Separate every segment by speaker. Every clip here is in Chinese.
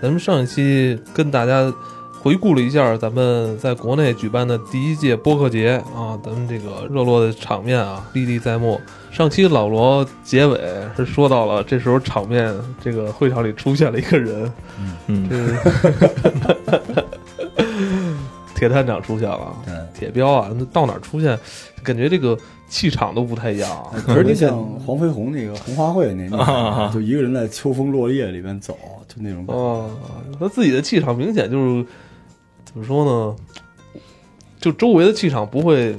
Speaker 1: 咱们上一期跟大家回顾了一下咱们在国内举办的第一届播客节啊，咱们这个热络的场面啊，历历在目。上期老罗结尾是说到了，这时候场面这个会场里出现了一个人，
Speaker 2: 嗯
Speaker 1: 这个铁探长出现了，
Speaker 2: 对
Speaker 1: 铁彪啊，那到哪儿出现，感觉这个气场都不太一样啊。
Speaker 3: 可是你像黄飞鸿那个红花 会那那，就一个人在秋风落叶里面走，就那种感觉。
Speaker 1: 哦，他自己的气场明显就是怎么说呢？就周围的气场不会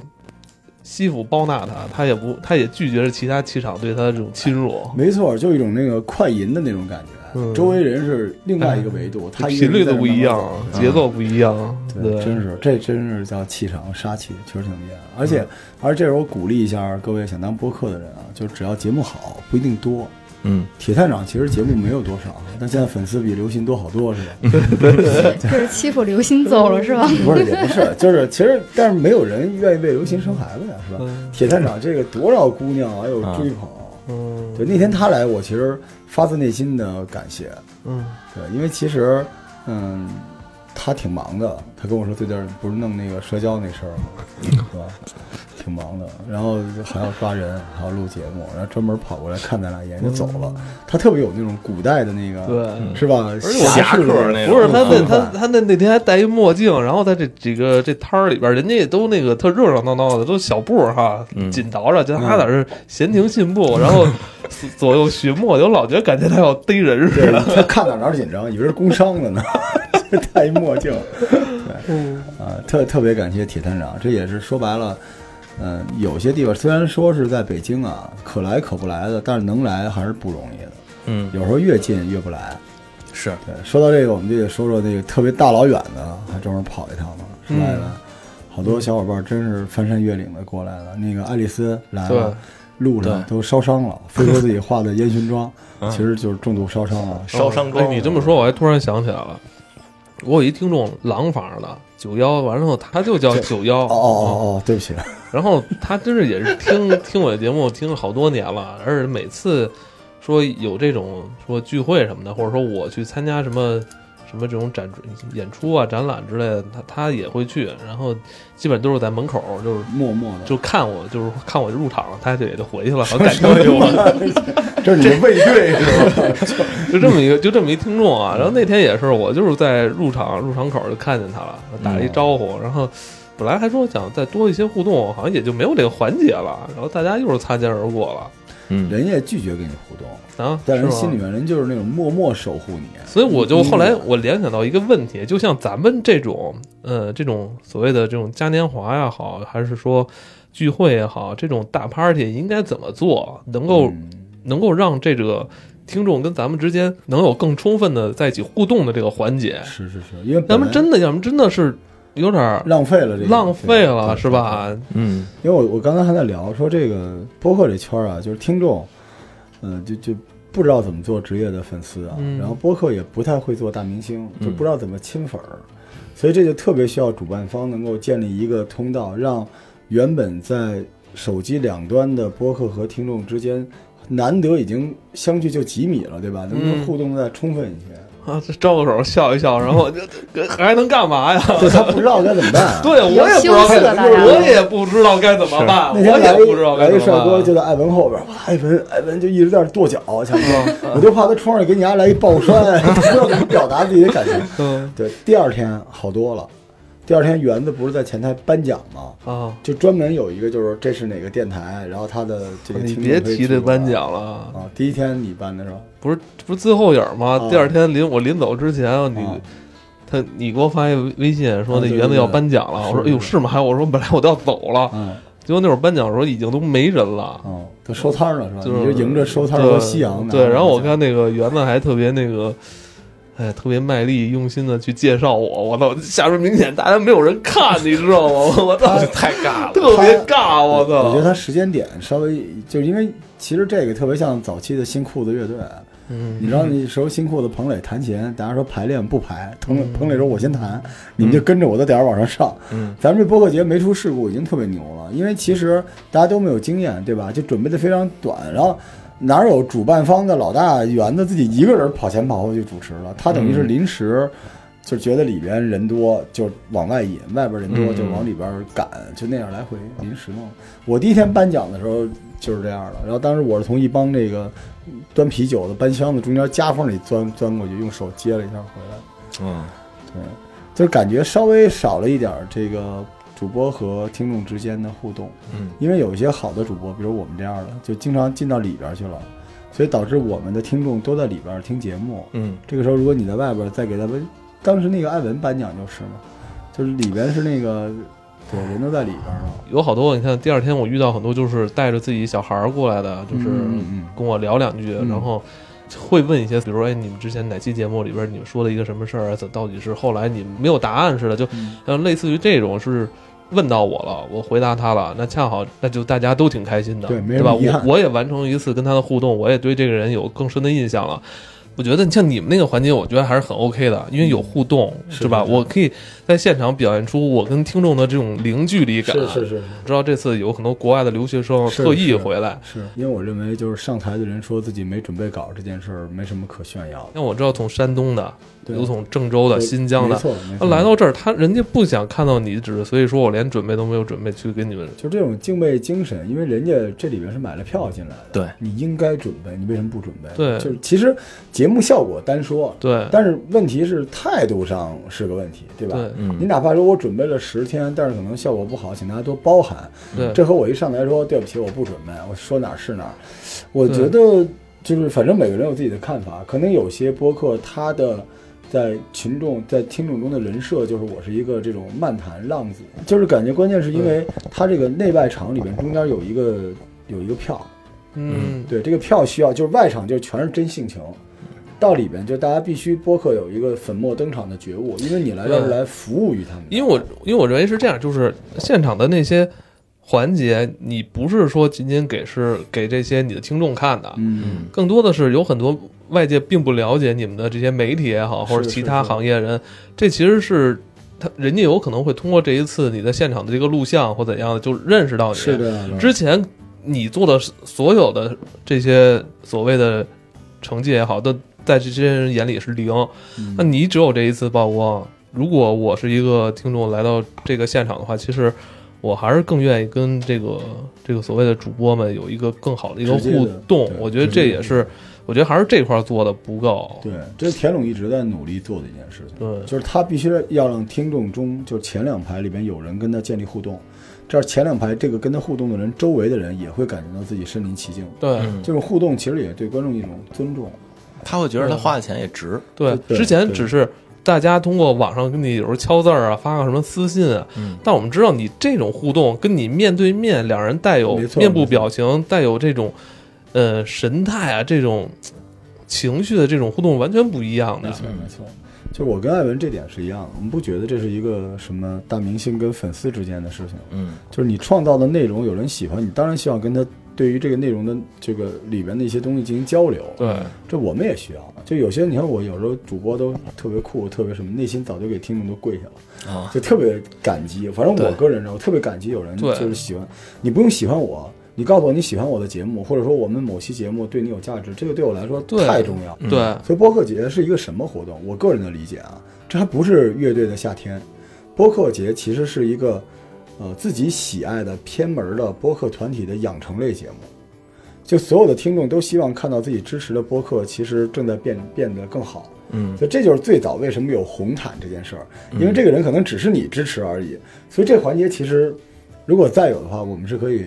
Speaker 1: 吸附包纳他，他也不，他也拒绝了其他气场对他的这种侵入。
Speaker 3: 没错，就一种那个快银的那种感觉。
Speaker 1: 嗯哎
Speaker 3: 周围人是另外一个维度，他一个
Speaker 1: 频
Speaker 3: 人
Speaker 1: 率
Speaker 3: 在
Speaker 1: 都
Speaker 3: 那
Speaker 1: 不
Speaker 3: 慢慢
Speaker 1: 一样
Speaker 3: 走，
Speaker 1: 节奏不一样，
Speaker 3: 对，真是这真是叫气场杀气，确实挺厉害
Speaker 1: 嗯
Speaker 3: 的。而且，而这时候鼓励一下各位想当播客的人啊，就是只要节目好，不一定多。
Speaker 2: 嗯，
Speaker 3: 铁探长其实节目没有多少，但现在粉丝比刘鑫多好多是 吧？
Speaker 4: 就是欺负刘鑫走了是吧？
Speaker 3: 不是也不是，就是其实但是没有人愿意为刘鑫生孩子呀，是吧？
Speaker 1: 嗯
Speaker 3: 铁探长这个多少姑娘啊，有追捧。
Speaker 1: 嗯
Speaker 3: 对，那天他来，我其实发自内心的感谢。
Speaker 1: 嗯
Speaker 3: 对，因为其实，嗯，他挺忙的。他跟我说最近不是弄那个社交那事 儿吗？是吧？挺忙的，然后还要抓人，还要录节目，然后专门跑过来看咱俩一眼就走了。他特别有那种古代的那
Speaker 1: 嗯对
Speaker 3: 个，。是吧？
Speaker 1: 且我
Speaker 3: 侠士
Speaker 2: 侠客
Speaker 3: 那
Speaker 2: 那
Speaker 3: 种
Speaker 2: 种
Speaker 1: 不是他那
Speaker 3: 风
Speaker 1: 他
Speaker 3: 范
Speaker 1: 他那那天还戴一墨镜，然后在这几个这摊儿里边儿，人家也都那个特热热闹闹的，都小步儿哈，
Speaker 2: 嗯
Speaker 1: 紧倒着，就他在这儿闲庭信步，然后 左左右寻摸，我老觉得感觉他要逮人似
Speaker 3: 对
Speaker 1: 的。
Speaker 3: 他看哪儿哪儿紧张，以为是工伤的呢， 这戴一墨镜。
Speaker 1: 嗯
Speaker 3: 啊，特特别感谢铁探长，这也是说白了，嗯、有些地方虽然说是在北京啊，可来可不来的，但是能来还是不容易的。
Speaker 2: 嗯，
Speaker 3: 有时候越近越不来。
Speaker 2: 是
Speaker 3: 对，说到这个，我们就得说说那个特别大老远的，还专门跑一趟呢，是吧？
Speaker 1: 嗯
Speaker 3: 好多小伙伴真是翻山越岭的过来了。那个爱丽丝来
Speaker 1: 对
Speaker 3: 了，路上
Speaker 2: 对
Speaker 3: 都烧伤了，非说自己化的烟熏妆，
Speaker 1: 嗯
Speaker 3: 其实就是重度烧伤了。
Speaker 2: 烧伤
Speaker 1: 哎
Speaker 2: 妆，
Speaker 1: 你这么说，我还突然想起来了，我有一听众廊坊的九幺，完了之后他就叫九幺。嗯
Speaker 3: 哦哦哦哦，对不起，
Speaker 1: 然后他真是也是听 听我的节目听了好多年了，而且每次说有这种说聚会什么的，或者说我去参加什么什么这种展演出啊、展览之类的，他他也会去，然后基本都是在门口就是。
Speaker 3: 默默的，
Speaker 1: 就看我，就是看我入场了，他就也就回去了，好 感情就
Speaker 3: 这是你的卫队是吧？
Speaker 1: 就这么一个，就这么一听众啊。然后那天也是，我就是在入场入场口就看见他了，打
Speaker 3: 嗯
Speaker 1: 了一招呼，然后本来还说想再多一些互动，好像也就没有这个环节了。然后大家又是擦肩而过了，
Speaker 2: 嗯，
Speaker 3: 人家拒绝跟你互动，
Speaker 1: 啊，
Speaker 3: 但人
Speaker 1: 是吗
Speaker 3: 心里面人就是那种默默守护你。
Speaker 1: 所以我就后来
Speaker 3: 嗯
Speaker 1: 我联想到一个问题，就像咱们这种，呃，这种所谓的这种嘉年华也好，还是说聚会也好，这种大 party 应该怎么做，能够、
Speaker 3: 嗯
Speaker 1: 能够让这个听众跟咱们之间能有更充分的在一起互动的这个环节？
Speaker 3: 是是是，因为
Speaker 1: 要
Speaker 3: 咱
Speaker 1: 么
Speaker 3: 们
Speaker 1: 真的，要么真的是有点儿
Speaker 3: 浪费了这个，
Speaker 1: 浪费了，
Speaker 3: 对
Speaker 1: 是？吧？
Speaker 2: 嗯，
Speaker 3: 对因为我我刚才还在聊说这个播客这圈儿啊，就是听众，嗯、就就不知道怎么做职业的粉丝啊，
Speaker 1: 嗯
Speaker 3: 然后播客也不太会做大明星，
Speaker 2: 嗯
Speaker 3: 就不知道怎么亲粉儿，所以这就特别需要主办方能够建立一个通道，让原本在手机两端的播客和听众之间。难得已经相距就几米了，对吧？能
Speaker 1: 嗯
Speaker 3: 够互动再充分一些。
Speaker 1: 啊，这招个手笑一笑，然后就还能干嘛呀？
Speaker 3: 对他不知道该怎么 办、啊。
Speaker 1: 对，我也不知道
Speaker 4: 羞涩
Speaker 1: 该，
Speaker 4: 大家
Speaker 1: 我也不知道该怎么啊办，我
Speaker 3: 那天来
Speaker 1: 也不知道
Speaker 3: 来
Speaker 1: 该
Speaker 3: 一
Speaker 1: 怎
Speaker 3: 帅
Speaker 1: 么
Speaker 3: 哥
Speaker 1: 办。
Speaker 3: 就在艾文后边，哇，艾文艾文就一直在那跺脚，强哥，
Speaker 1: 嗯
Speaker 3: 我就怕他冲上去给你家来一抱摔， 不知道怎么表达自己的感情。
Speaker 1: 嗯
Speaker 3: 对，第二天好多了，第二天园子不是在前台颁奖吗？
Speaker 1: 啊，
Speaker 3: 就专门有一个，就是这是哪个电台，然后他的这个
Speaker 1: 你
Speaker 3: 听众
Speaker 1: 别
Speaker 3: 可以
Speaker 1: 提
Speaker 3: 去
Speaker 1: 这颁
Speaker 3: 玩
Speaker 1: 奖了，
Speaker 3: 啊！第一天你颁的是吧？
Speaker 1: 不是不是最后影儿吗？
Speaker 3: 啊
Speaker 1: 第二天临我临走之前，你
Speaker 3: 啊
Speaker 1: 他你给我发一微信说
Speaker 3: 啊
Speaker 1: 那
Speaker 3: 对对
Speaker 1: 园子
Speaker 3: 对
Speaker 1: 要颁奖了，
Speaker 3: 是
Speaker 1: 我说
Speaker 3: 是
Speaker 1: 哎呦是吗？还有我说本来我都要走了，
Speaker 3: 嗯
Speaker 1: 结果那会儿颁奖的时候已经都没人了，
Speaker 3: 嗯，都收摊儿了是吧？
Speaker 1: 就是
Speaker 3: 你就迎着收摊儿
Speaker 1: 对
Speaker 3: 和夕阳拿
Speaker 1: 对，然后我
Speaker 3: 奖
Speaker 1: 看那个园子还特别那个。哎，特别卖力、用心的去介绍我，我操！下边明显大家没有人看，你知道吗？我操，
Speaker 2: 太尬了，
Speaker 1: 特别尬，我
Speaker 3: 我觉得
Speaker 1: 操！
Speaker 3: 他时间点稍微就是因为其实这个特别像早期的新裤子乐队，啊
Speaker 1: 嗯
Speaker 3: 你知道那时候新裤子彭磊弹琴，大家说排练不排，彭磊彭磊说我先弹，你们就跟着我的点儿往上上。
Speaker 2: 嗯，
Speaker 3: 咱们这播客节没出事故已经特别牛了，因为其实大家都没有经验，对吧？就准备的非常短，然后哪有主办方的老大园子自己一个人跑前跑后去主持了？他等于是临时，就觉得里边人多就往外引，外边人多就往里边赶，就那样来回临时弄。我第一天颁奖的时候就是这样的，然后当时我是从一帮这个端啤酒的搬箱子中间夹缝里钻钻过去，用手接了一下回来。
Speaker 2: 嗯，
Speaker 3: 对，就是感觉稍微少了一点儿这个主播和听众之间的互动。
Speaker 2: 嗯，
Speaker 3: 因为有一些好的主播，比如我们这样的，就经常进到里边儿去了，所以导致我们的听众都在里边儿听节目。
Speaker 2: 嗯，
Speaker 3: 这个时候，如果你在外边儿再给他们，当时那个艾文颁奖就是嘛，就是里边是那个，对，人都在里边儿了。
Speaker 1: 有好多，你看第二天我遇到很多就是带着自己小孩儿过来的，就是
Speaker 3: 嗯嗯
Speaker 1: 跟我聊两句，
Speaker 3: 嗯
Speaker 1: 然后会问一些，比如说哎，你们之前哪期节目里边你们说的一个什么事儿啊，怎到底是后来你们没有答案似的，就
Speaker 3: 嗯
Speaker 1: 像类似于这种是。问到我了，我回答他了，那恰好那就大家都挺开心的，
Speaker 3: 对
Speaker 1: 对
Speaker 3: 没什
Speaker 1: 吧？
Speaker 3: 么遗
Speaker 1: 我
Speaker 3: 憾
Speaker 1: 我也完成一次跟他的互动，我也对这个人有更深的印象了。我觉得像你们那个环节，我觉得还是很 OK 的，因为
Speaker 3: 嗯
Speaker 1: 有互动，是吧？我可以在现场表现出我跟听众的这种零距离感，
Speaker 3: 是
Speaker 1: 知道这次有很多国外的留学生
Speaker 3: 是
Speaker 1: 特意回来。
Speaker 3: 是，因为我认为就是上台的人说自己没准备稿这件事儿没什么可炫耀的，
Speaker 1: 像我知道从山东的，
Speaker 3: 对
Speaker 1: 有从郑州的、
Speaker 3: 对
Speaker 1: 新疆
Speaker 3: 没
Speaker 1: 的，
Speaker 3: 错，没
Speaker 1: 他
Speaker 3: 错
Speaker 1: 来到这儿，他人家不想看到你纸，所以说我连准备都没有准备去跟你们。
Speaker 3: 就这种敬畏精神，因为人家这里边是买了票进来的，
Speaker 2: 对
Speaker 3: 你应该准备，你为什么不准备？
Speaker 1: 对
Speaker 3: 就是其实节目效果单说，
Speaker 1: 对
Speaker 3: 但是问题是态度上是个问题，对吧？
Speaker 1: 对
Speaker 2: 嗯
Speaker 3: 你哪怕说我准备了十天，但是可能效果不好，请大家多包涵。
Speaker 1: 对
Speaker 3: 这和我一上来说对不起，我不准备，我说哪儿是哪儿，我
Speaker 1: 对
Speaker 3: 觉得就是反正每个人有自己的看法，可能有些播客他的。在群众在听众中的人设就是我是一个这种漫谈浪子，就是感觉关键是因为他这个内外场里面中间有一个有一个票，
Speaker 1: 嗯，
Speaker 3: 对，这个票需要就是外场就全是真性情，到里边就大家必须播客有一个粉墨登场的觉悟，因为你来这儿
Speaker 1: 对
Speaker 3: 来服务于他们的，
Speaker 1: 因为我因为我认为是这样，就是现场的那些环节，你不是说仅仅给是给这些你的听众看的，
Speaker 3: 嗯
Speaker 1: 更多的是有很多外界并不了解你们的这些媒体也好，
Speaker 3: 是
Speaker 1: 或者其他
Speaker 3: 是是
Speaker 1: 行业人，这其实是他人家有可能会通过这一次你的现场的这个录像或怎样的，就认识到你。
Speaker 3: 是这样的，
Speaker 1: 之前你做的所有的这些所谓的成绩也好，都在这些人眼里是零。
Speaker 3: 嗯
Speaker 1: 那你只有这一次曝光。如果我是一个听众来到这个现场的话，其实我还是更愿意跟这个这个所谓的主播们有一个更好的一个
Speaker 3: 直接的
Speaker 1: 互动
Speaker 3: 对。
Speaker 1: 我觉得
Speaker 3: 直
Speaker 1: 这
Speaker 3: 接的
Speaker 1: 也是，我觉得还是这块儿做的不够。
Speaker 3: 对，这是田总一直在努力做的一件事情，
Speaker 1: 对
Speaker 3: 就是他必须要让听众中就前两排里边有人跟他建立互动，这样前两排这个跟他互动的人，周围的人也会感觉到自己身临其境。
Speaker 1: 对
Speaker 2: 嗯
Speaker 3: 这种互动其实也对观众一种尊重，
Speaker 2: 他会觉得他花的钱也值。
Speaker 1: 对
Speaker 3: 对
Speaker 1: 之前
Speaker 3: 对
Speaker 1: 只是大家通过网上跟你有时候敲字儿啊，发个什么私信啊，
Speaker 2: 嗯
Speaker 1: 但我们知道你这种互动跟你面对面，两人带有
Speaker 3: 没错
Speaker 1: 面部
Speaker 3: 没错
Speaker 1: 表情，带有这种呃神态啊，这种情绪的这种互动完全不一样的
Speaker 3: 没。错，没错。就我跟艾文这点是一样的，我们不觉得这是一个什么大明星跟粉丝之间的事情，
Speaker 2: 嗯
Speaker 3: 就是你创造的内容有人喜欢，你当然希望跟他对于这个内容的这个里边的一些东西进行交流。
Speaker 1: 对，
Speaker 3: 这我们也需要。就有些你看我有时候主播都特别酷，特别什么，内心早就给听众都跪下了，
Speaker 2: 啊，
Speaker 3: 就特别感激。反正我
Speaker 2: 对
Speaker 3: 个人呢，我特别感激有人
Speaker 1: 对
Speaker 3: 就是喜欢你，不用喜欢我。你告诉我你喜欢我的节目，或者说我们某期节目对你有价值，这个对我来说
Speaker 1: 对嗯
Speaker 3: 太重
Speaker 2: 嗯
Speaker 3: 要。
Speaker 1: 对，
Speaker 3: 所以播客节是一个什么活动？我个人的理解啊，这还不是乐队的夏天，播客节其实是一个，呃，自己喜爱的偏门的播客团体的养成类节目。就所有的听众都希望看到自己支持的播客，其实正在变变得更好。
Speaker 2: 嗯
Speaker 3: 所以这就是最早为什么有红毯这件事儿，因
Speaker 1: 嗯
Speaker 3: 为这个人可能只是你支持而已。所以这环节其实，如果再有的话，我们是可以，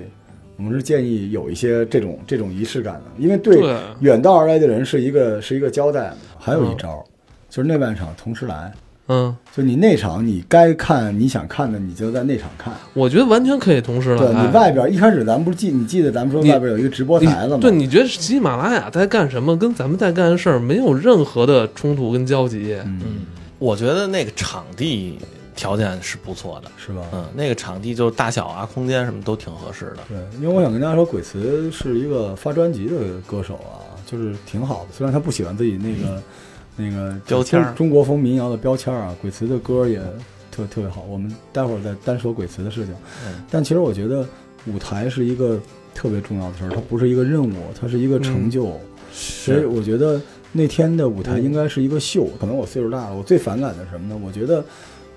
Speaker 3: 我们是建议有一些这种这种仪式感的，因为对
Speaker 1: 对
Speaker 3: 远道而来的人是一个是一个交代。还有一招，就是内半场同时来，
Speaker 1: 嗯，
Speaker 3: 就你内场你该看你想看的，你就在内场看。
Speaker 1: 我觉得完全可以同时来。
Speaker 3: 对你外边一开始咱们不是记你记得咱们说
Speaker 1: 哎你
Speaker 3: 外边有一个直播
Speaker 1: 你
Speaker 3: 台了吗？
Speaker 1: 对，你觉得喜马拉雅在干什么，跟咱们在干的事儿没有任何的冲突跟交集。
Speaker 2: 嗯，我觉得那个场地条件是不错的。
Speaker 3: 是吧？
Speaker 2: 嗯，那个场地就大小啊、空间什么都挺合适的。
Speaker 3: 对，因为我想跟大家说，鬼词是一个发专辑的歌手啊，就是挺好的。虽然他不喜欢自己那个、那个
Speaker 2: 嗯标签儿
Speaker 3: 中中国风民谣的标签儿啊，鬼词的歌也特特别好。我们待会儿再单说鬼词的事情，
Speaker 2: 嗯
Speaker 3: 但其实我觉得舞台是一个特别重要的事儿，它不是一个任务，它是一个
Speaker 2: 嗯
Speaker 3: 成就。所以我觉得那天的舞台应该是一个秀。可能我岁数大了，我最反感的是什么呢？我觉得，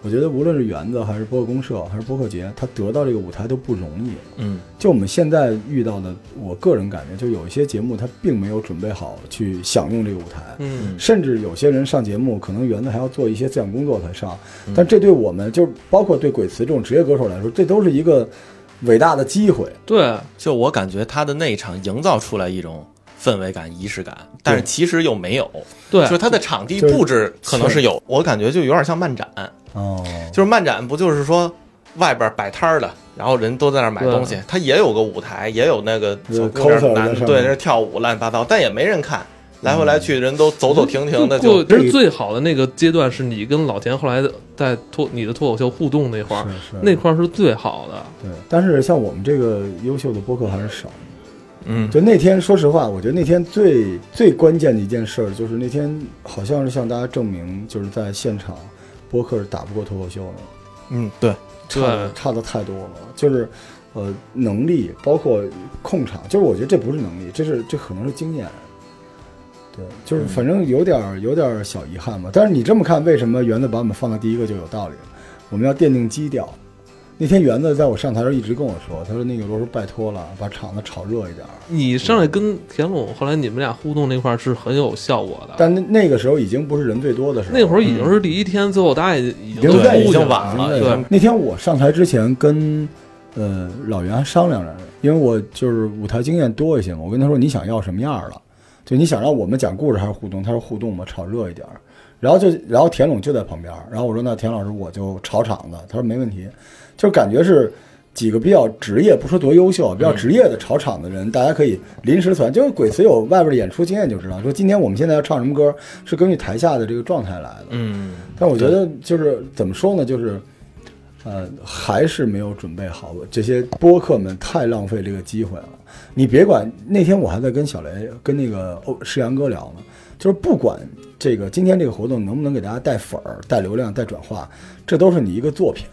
Speaker 3: 我觉得无论是园子还是播客公社还是播客节，他得到这个舞台都不容易。
Speaker 2: 嗯
Speaker 3: 就我们现在遇到的，我个人感觉，就有一些节目他并没有准备好去享用这个舞台。
Speaker 1: 嗯
Speaker 3: 甚至有些人上节目，可能园子还要做一些思想工作才上，
Speaker 1: 嗯
Speaker 3: 但这对我们，就是包括对鬼词这种职业歌手来说，这都是一个伟大的机会。
Speaker 1: 对，
Speaker 2: 就我感觉他的那一场营造出来一种氛围感、仪式感，但是其实又没有。
Speaker 1: 对
Speaker 2: 就是他的场地
Speaker 3: 就是
Speaker 2: 布置可能是有，我感觉就有点像漫展。
Speaker 1: 嗯
Speaker 3: 哦，
Speaker 2: 就是漫展不就是说外边摆摊儿的，然后人都在那儿买东西，他也有个舞台，也有那个小姑
Speaker 3: 就是 coser
Speaker 2: 娘
Speaker 3: 在
Speaker 2: 男
Speaker 3: 上面
Speaker 2: 对那跳舞乱七八糟，但也没人看，来回来去人都走走停停的
Speaker 1: 过
Speaker 2: 嗯就。
Speaker 1: 其实最好的那个阶段是你跟老田后来的在脱你的脱口秀互动那块儿，
Speaker 3: 是是
Speaker 1: 那块儿是最好的。
Speaker 3: 对，但是像我们这个优秀的播客还是少。
Speaker 2: 嗯，
Speaker 3: 就那天，说实话，我觉得那天最最关键的一件事儿，就是那天好像是向大家证明，就是在现场播客是打不过脱口秀的。
Speaker 2: 嗯，对，
Speaker 3: 差的
Speaker 1: 对
Speaker 3: 差的太多了，就是呃能力，包括控场，就是我觉得这不是能力，这是这可能是经验。对，就是反正有点儿有点儿小遗憾吧。但是你这么看，为什么园子把我们放到第一个就有道理了？我们要奠定基调。那天园子在我上台的时候一直跟我说，他说那个罗叔拜托了，把场子炒热一点儿。
Speaker 1: 你上来跟田龙，后来你们俩互动那块儿是很有效果的。
Speaker 3: 但那那个时候已经不是人最多的时候，
Speaker 1: 那会儿已经是第一天，最后大家也已经
Speaker 3: 零
Speaker 1: 都
Speaker 2: 对
Speaker 3: 在
Speaker 1: 出
Speaker 2: 已
Speaker 1: 去
Speaker 2: 经
Speaker 1: 了。
Speaker 2: 晚了
Speaker 1: 对
Speaker 2: 已经
Speaker 3: 那天我上台之前跟呃老袁还商量着，因为我就是舞台经验多一些嘛，我跟他说你想要什么样儿了，就你想让我们讲故事还是互动？他说互动嘛，炒热一点儿。然后就然后田总就在旁边儿，然后我说那田老师我就炒场子，他说没问题，就是感觉是。几个比较职业，不说多优秀，比
Speaker 2: 嗯
Speaker 3: 较职业的炒场的人，大家可以临时团。就是鬼子有外边的演出经验就知道，说今天我们现在要唱什么歌，是根据台下的这个状态来的。
Speaker 2: 嗯，
Speaker 3: 但我觉得就是怎么说呢，就是，呃，还是没有准备好。这些播客们太浪费这个机会了。你别管那天我还在跟小雷、跟那个欧世阳哥聊呢，就是不管这个今天这个活动能不能给大家带粉儿、带流量、带转化，这都是你一个作品。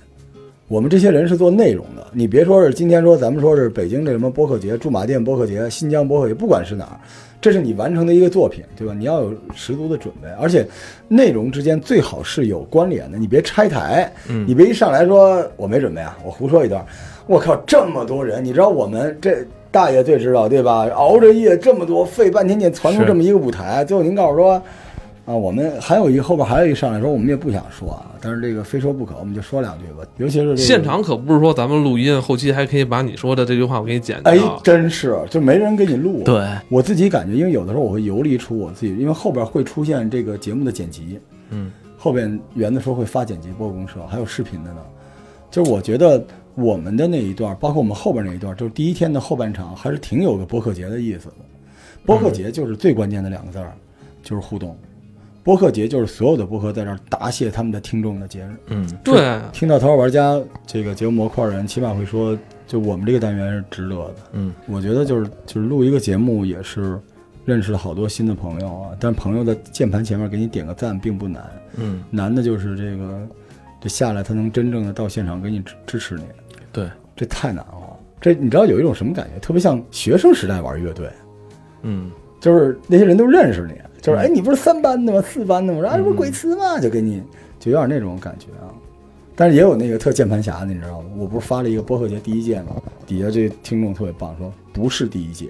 Speaker 3: 我们这些人是做内容的，你别说是今天说咱们说是北京这什么播客节、驻马店播客节、新疆播客节，不管是哪儿，这是你完成的一个作品，对吧？你要有十足的准备，而且内容之间最好是有关联的，你别拆台，你别一上来说我没准备啊，我胡说一段，我靠，这么多人，你知道我们这大爷最知道对吧？熬着夜这么多，费半天劲攒出这么一个舞台，最后您告诉我说。啊，我们还有一后边还有一上来说我们也不想说啊，但是这个非说不可，我们就说两句吧。尤其是、这个、
Speaker 1: 现场可不是说咱们录音后期还可以把你说的这句话我给你剪掉。
Speaker 3: 哎，真是就没人给你录。
Speaker 2: 对，
Speaker 3: 我自己感觉，因为有的时候我会游离出我自己，因为后边会出现这个节目的剪辑，
Speaker 2: 嗯，
Speaker 3: 后边圆的时候会发剪辑播公社，还有视频的呢。就是我觉得我们的那一段，包括我们后边那一段，就是第一天的后半场，还是挺有个播客节的意思的。播客节就是最关键的两个字儿，就是互动。播客节就是所有的播客在这儿答谢他们的听众的节日。
Speaker 2: 嗯，
Speaker 1: 对，哎
Speaker 3: 听到《头号玩家》这个节目模块的人，起码会说，就我们这个单元是值得的。
Speaker 2: 嗯，
Speaker 3: 我觉得就是就是录一个节目也是认识了好多新的朋友啊，但朋友在键盘前面给你点个赞并不难，
Speaker 2: 嗯，
Speaker 3: 难的就是这个这下来他能真正的到现场给你支支持你，
Speaker 2: 对，
Speaker 3: 这太难了。这你知道有一种什么感觉？特别像学生时代玩乐队，
Speaker 2: 嗯，
Speaker 3: 就是那些人都认识你，就是哎，你不是三班的吗？四班的吗？我说哎，这不是鬼词吗？就给你就有点那种感觉啊。但是也有那个特键盘侠的，你知道吗？我不是发了一个播客节第一届吗？底下这听众特别棒，说不是第一届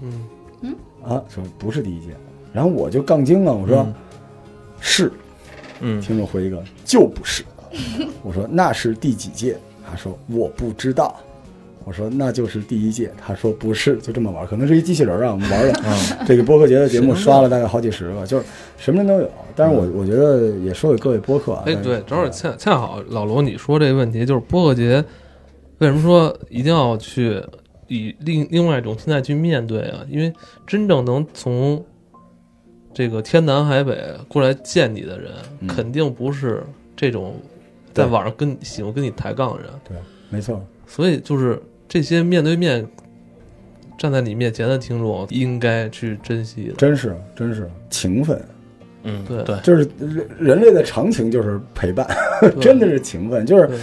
Speaker 1: 嗯
Speaker 3: 啊，说不是第一届。然后我就杠精了，我说、
Speaker 1: 嗯
Speaker 3: 是，
Speaker 2: 嗯
Speaker 3: 听众回一个就不是。我说那是第几届？他说我不知道。我说那就是第一届。他说不是，就这么玩，可能是一机器人啊。我们玩
Speaker 1: 嗯
Speaker 3: 了 这个播客节的节目，刷了大概好几十个，就是什么人都有。但是我我觉得也说给各位播客啊，
Speaker 1: 嗯哎，
Speaker 3: 但
Speaker 1: 对，正好恰恰好老罗你说这个问题，就是播客节为什么说一定要去以另另外一种心态去面对啊？因为真正能从这个天南海北过来见你的人，
Speaker 3: 嗯
Speaker 1: 肯定不是这种在
Speaker 3: 对
Speaker 1: 网上跟喜欢跟你抬杠的人，
Speaker 3: 对，没错，
Speaker 1: 所以就是这些面对面站在你面前的听众，应该去珍惜的。
Speaker 3: 真是真是情分，
Speaker 2: 嗯，
Speaker 1: 对
Speaker 2: 对，
Speaker 3: 就是人人类的常情就是陪伴，啊
Speaker 1: 对
Speaker 3: 真的是情分，就是
Speaker 1: 对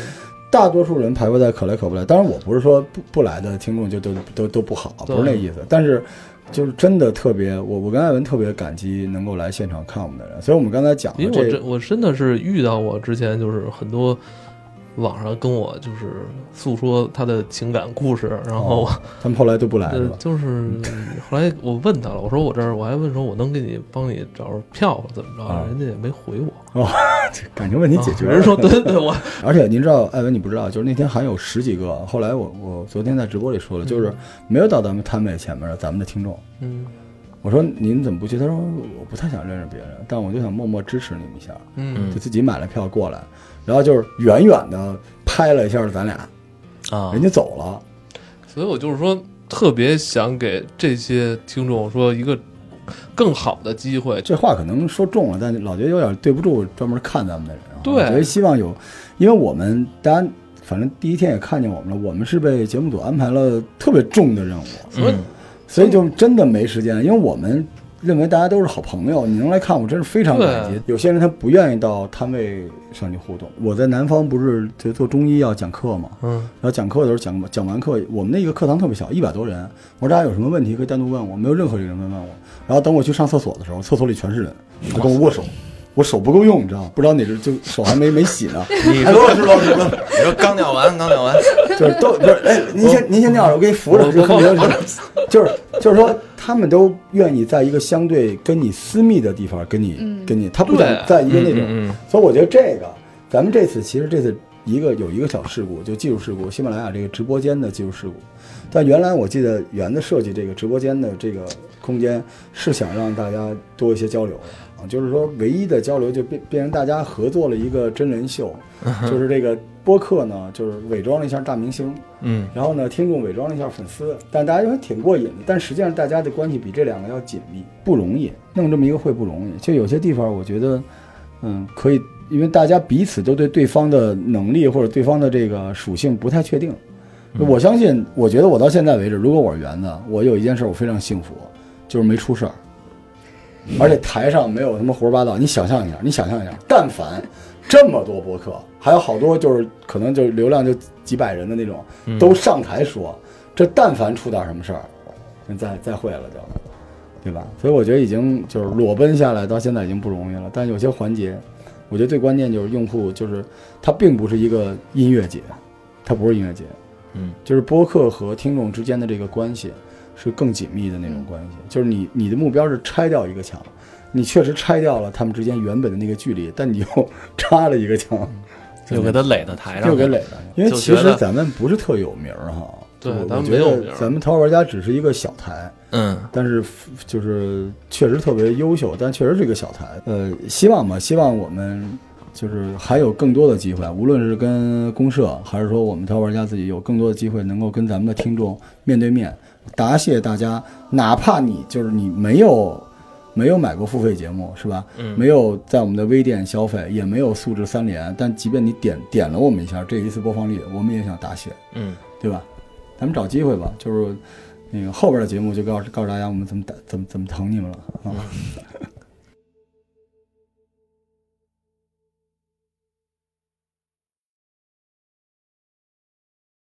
Speaker 3: 大多数人排位在可来可不来。当然，我不是说不不来的听众就都都都不好，
Speaker 1: 对
Speaker 3: 不是那意思。但是就是真的特别，我我跟艾文特别感激能够来现场看我们的人。所以我们刚才讲
Speaker 1: 因
Speaker 3: 的
Speaker 1: 为我
Speaker 3: 这
Speaker 1: 真我真的是遇到过之前就是很多网上跟我就是诉说他的情感故事，然后我、
Speaker 3: 哦他们后来都不来是
Speaker 1: 呃
Speaker 3: 吧？嗯
Speaker 1: 就是后来我问他了，我说我这儿我还问说我能给你帮你找着票怎么着，
Speaker 3: 啊
Speaker 1: 人家也没回我，
Speaker 3: 感情问题解决
Speaker 1: 啊
Speaker 3: 了。
Speaker 1: 人 说对对我
Speaker 3: 而且您知道，艾文，你不知道，就是那天还有十几个。后来我我昨天在直播里说了，就是没有到咱们摊位前面的咱们的听众。
Speaker 1: 嗯
Speaker 3: 我说您怎么不去？他说我不太想认识别人，但我就想默默支持你们一下，
Speaker 1: 嗯
Speaker 3: 就自己买了票过来，然后就是远远的拍了一下咱俩，
Speaker 2: 啊
Speaker 3: 人家走了。
Speaker 1: 所以我就是说，特别想给这些听众说一个更好的机会。
Speaker 3: 这话可能说重了，但老觉得有点对不住专门看咱们的人啊。
Speaker 1: 对
Speaker 3: 我觉得希望有，因为我们大家反正第一天也看见我们了，我们是被节目组安排了特别重的任务，嗯
Speaker 1: 所以
Speaker 3: 所以就真的没时间，因为我们认为大家都是好朋友，你能来看我真是非常感激
Speaker 1: 对。
Speaker 3: 有些人他不愿意到摊位上去互动。我在南方不是就做中医要讲课嘛，
Speaker 1: 嗯
Speaker 3: 然后讲课的时候讲讲完课，我们那个课堂特别小，一百多人，我说大家有什么问题可以单独问我，没有任何一个人问问我。然后等我去上厕所的时候，厕所里全是人，还跟我握手。我手不够用，你知道吗？不知道哪只就手还没没洗呢。
Speaker 2: 你
Speaker 3: 哎
Speaker 2: 说
Speaker 3: 罗老师，罗老师，罗老师
Speaker 2: 你说刚尿完，刚尿 完，
Speaker 3: 就是都不是哎，您先您先尿着，我给你扶着，
Speaker 1: 我
Speaker 3: 就特别就是就是说，他们都愿意在一个相对跟你私密的地方跟你、跟你，他不想
Speaker 1: 对
Speaker 3: 在一个那种，
Speaker 2: 嗯嗯嗯
Speaker 3: 所以我觉得这个咱们这次其实这次一个有一个小事故，就技术事故，喜马拉雅这个直播间的技术事故。但原来我记得原的设计这个直播间的这个空间是想让大家多一些交流的啊，就是说唯一的交流就变变成大家合作了一个真人秀， 就是这个播客呢，就是伪装了一下大明星，
Speaker 2: 嗯，
Speaker 3: 然后呢，听众伪装了一下粉丝，但大家就还挺过瘾的。但实际上，大家的关系比这两个要紧密，不容易。弄这么一个会不容易，就有些地方我觉得，嗯，可以，因为大家彼此都对对方的能力或者对方的这个属性不太确定。我相信，我觉得我到现在为止，如果我是圆的，我有一件事我非常幸福，就是没出事儿，而且台上没有什么胡说八道。你想象一下，你想象一下，但凡这么多播客，还有好多就是可能就是流量就几百人的那种，都上台说，这但凡出点什么事儿，再再会了就，对吧？所以我觉得已经就是裸奔下来到现在已经不容易了，但有些环节，我觉得最关键就是用户就是它并不是一个音乐节，它不是音乐节，
Speaker 2: 嗯，
Speaker 3: 就是播客和听众之间的这个关系是更紧密的那种关系，就是你你的目标是拆掉一个墙。你确实拆掉了他们之间原本的那个距离，但你又 插了一个墙，
Speaker 2: 就给他垒到
Speaker 1: 哎
Speaker 2: 台上，
Speaker 3: 又给垒了。因为
Speaker 2: 就
Speaker 3: 其
Speaker 2: 觉
Speaker 3: 实
Speaker 2: 得
Speaker 3: 咱们不是特有名儿哈，
Speaker 1: 对
Speaker 3: 我
Speaker 1: 咱
Speaker 3: 我
Speaker 1: 们
Speaker 3: 觉
Speaker 1: 没有
Speaker 3: 得
Speaker 1: 名儿
Speaker 3: 咱们淘宝玩家只是一个小台，
Speaker 2: 嗯，
Speaker 3: 但是 f- 就是确实特别优秀，但确实是一个小台。呃，希望吧，希望我们就是还有更多的机会，啊无论是跟公社，还是说我们淘宝玩家自己，有更多的机会能够跟咱们的听众面对面。答谢大家，哪怕你就是你没有没有买过付费节目是吧？
Speaker 2: 嗯
Speaker 3: 没有在我们的微店消费，也没有素质三连，但即便你点点了我们一下，这一次播放率，我们也想答谢。
Speaker 2: 嗯，
Speaker 3: 对吧？咱们找机会吧，就是那个后边的节目就告诉告诉大家我们怎么打怎么怎么疼你们了啊！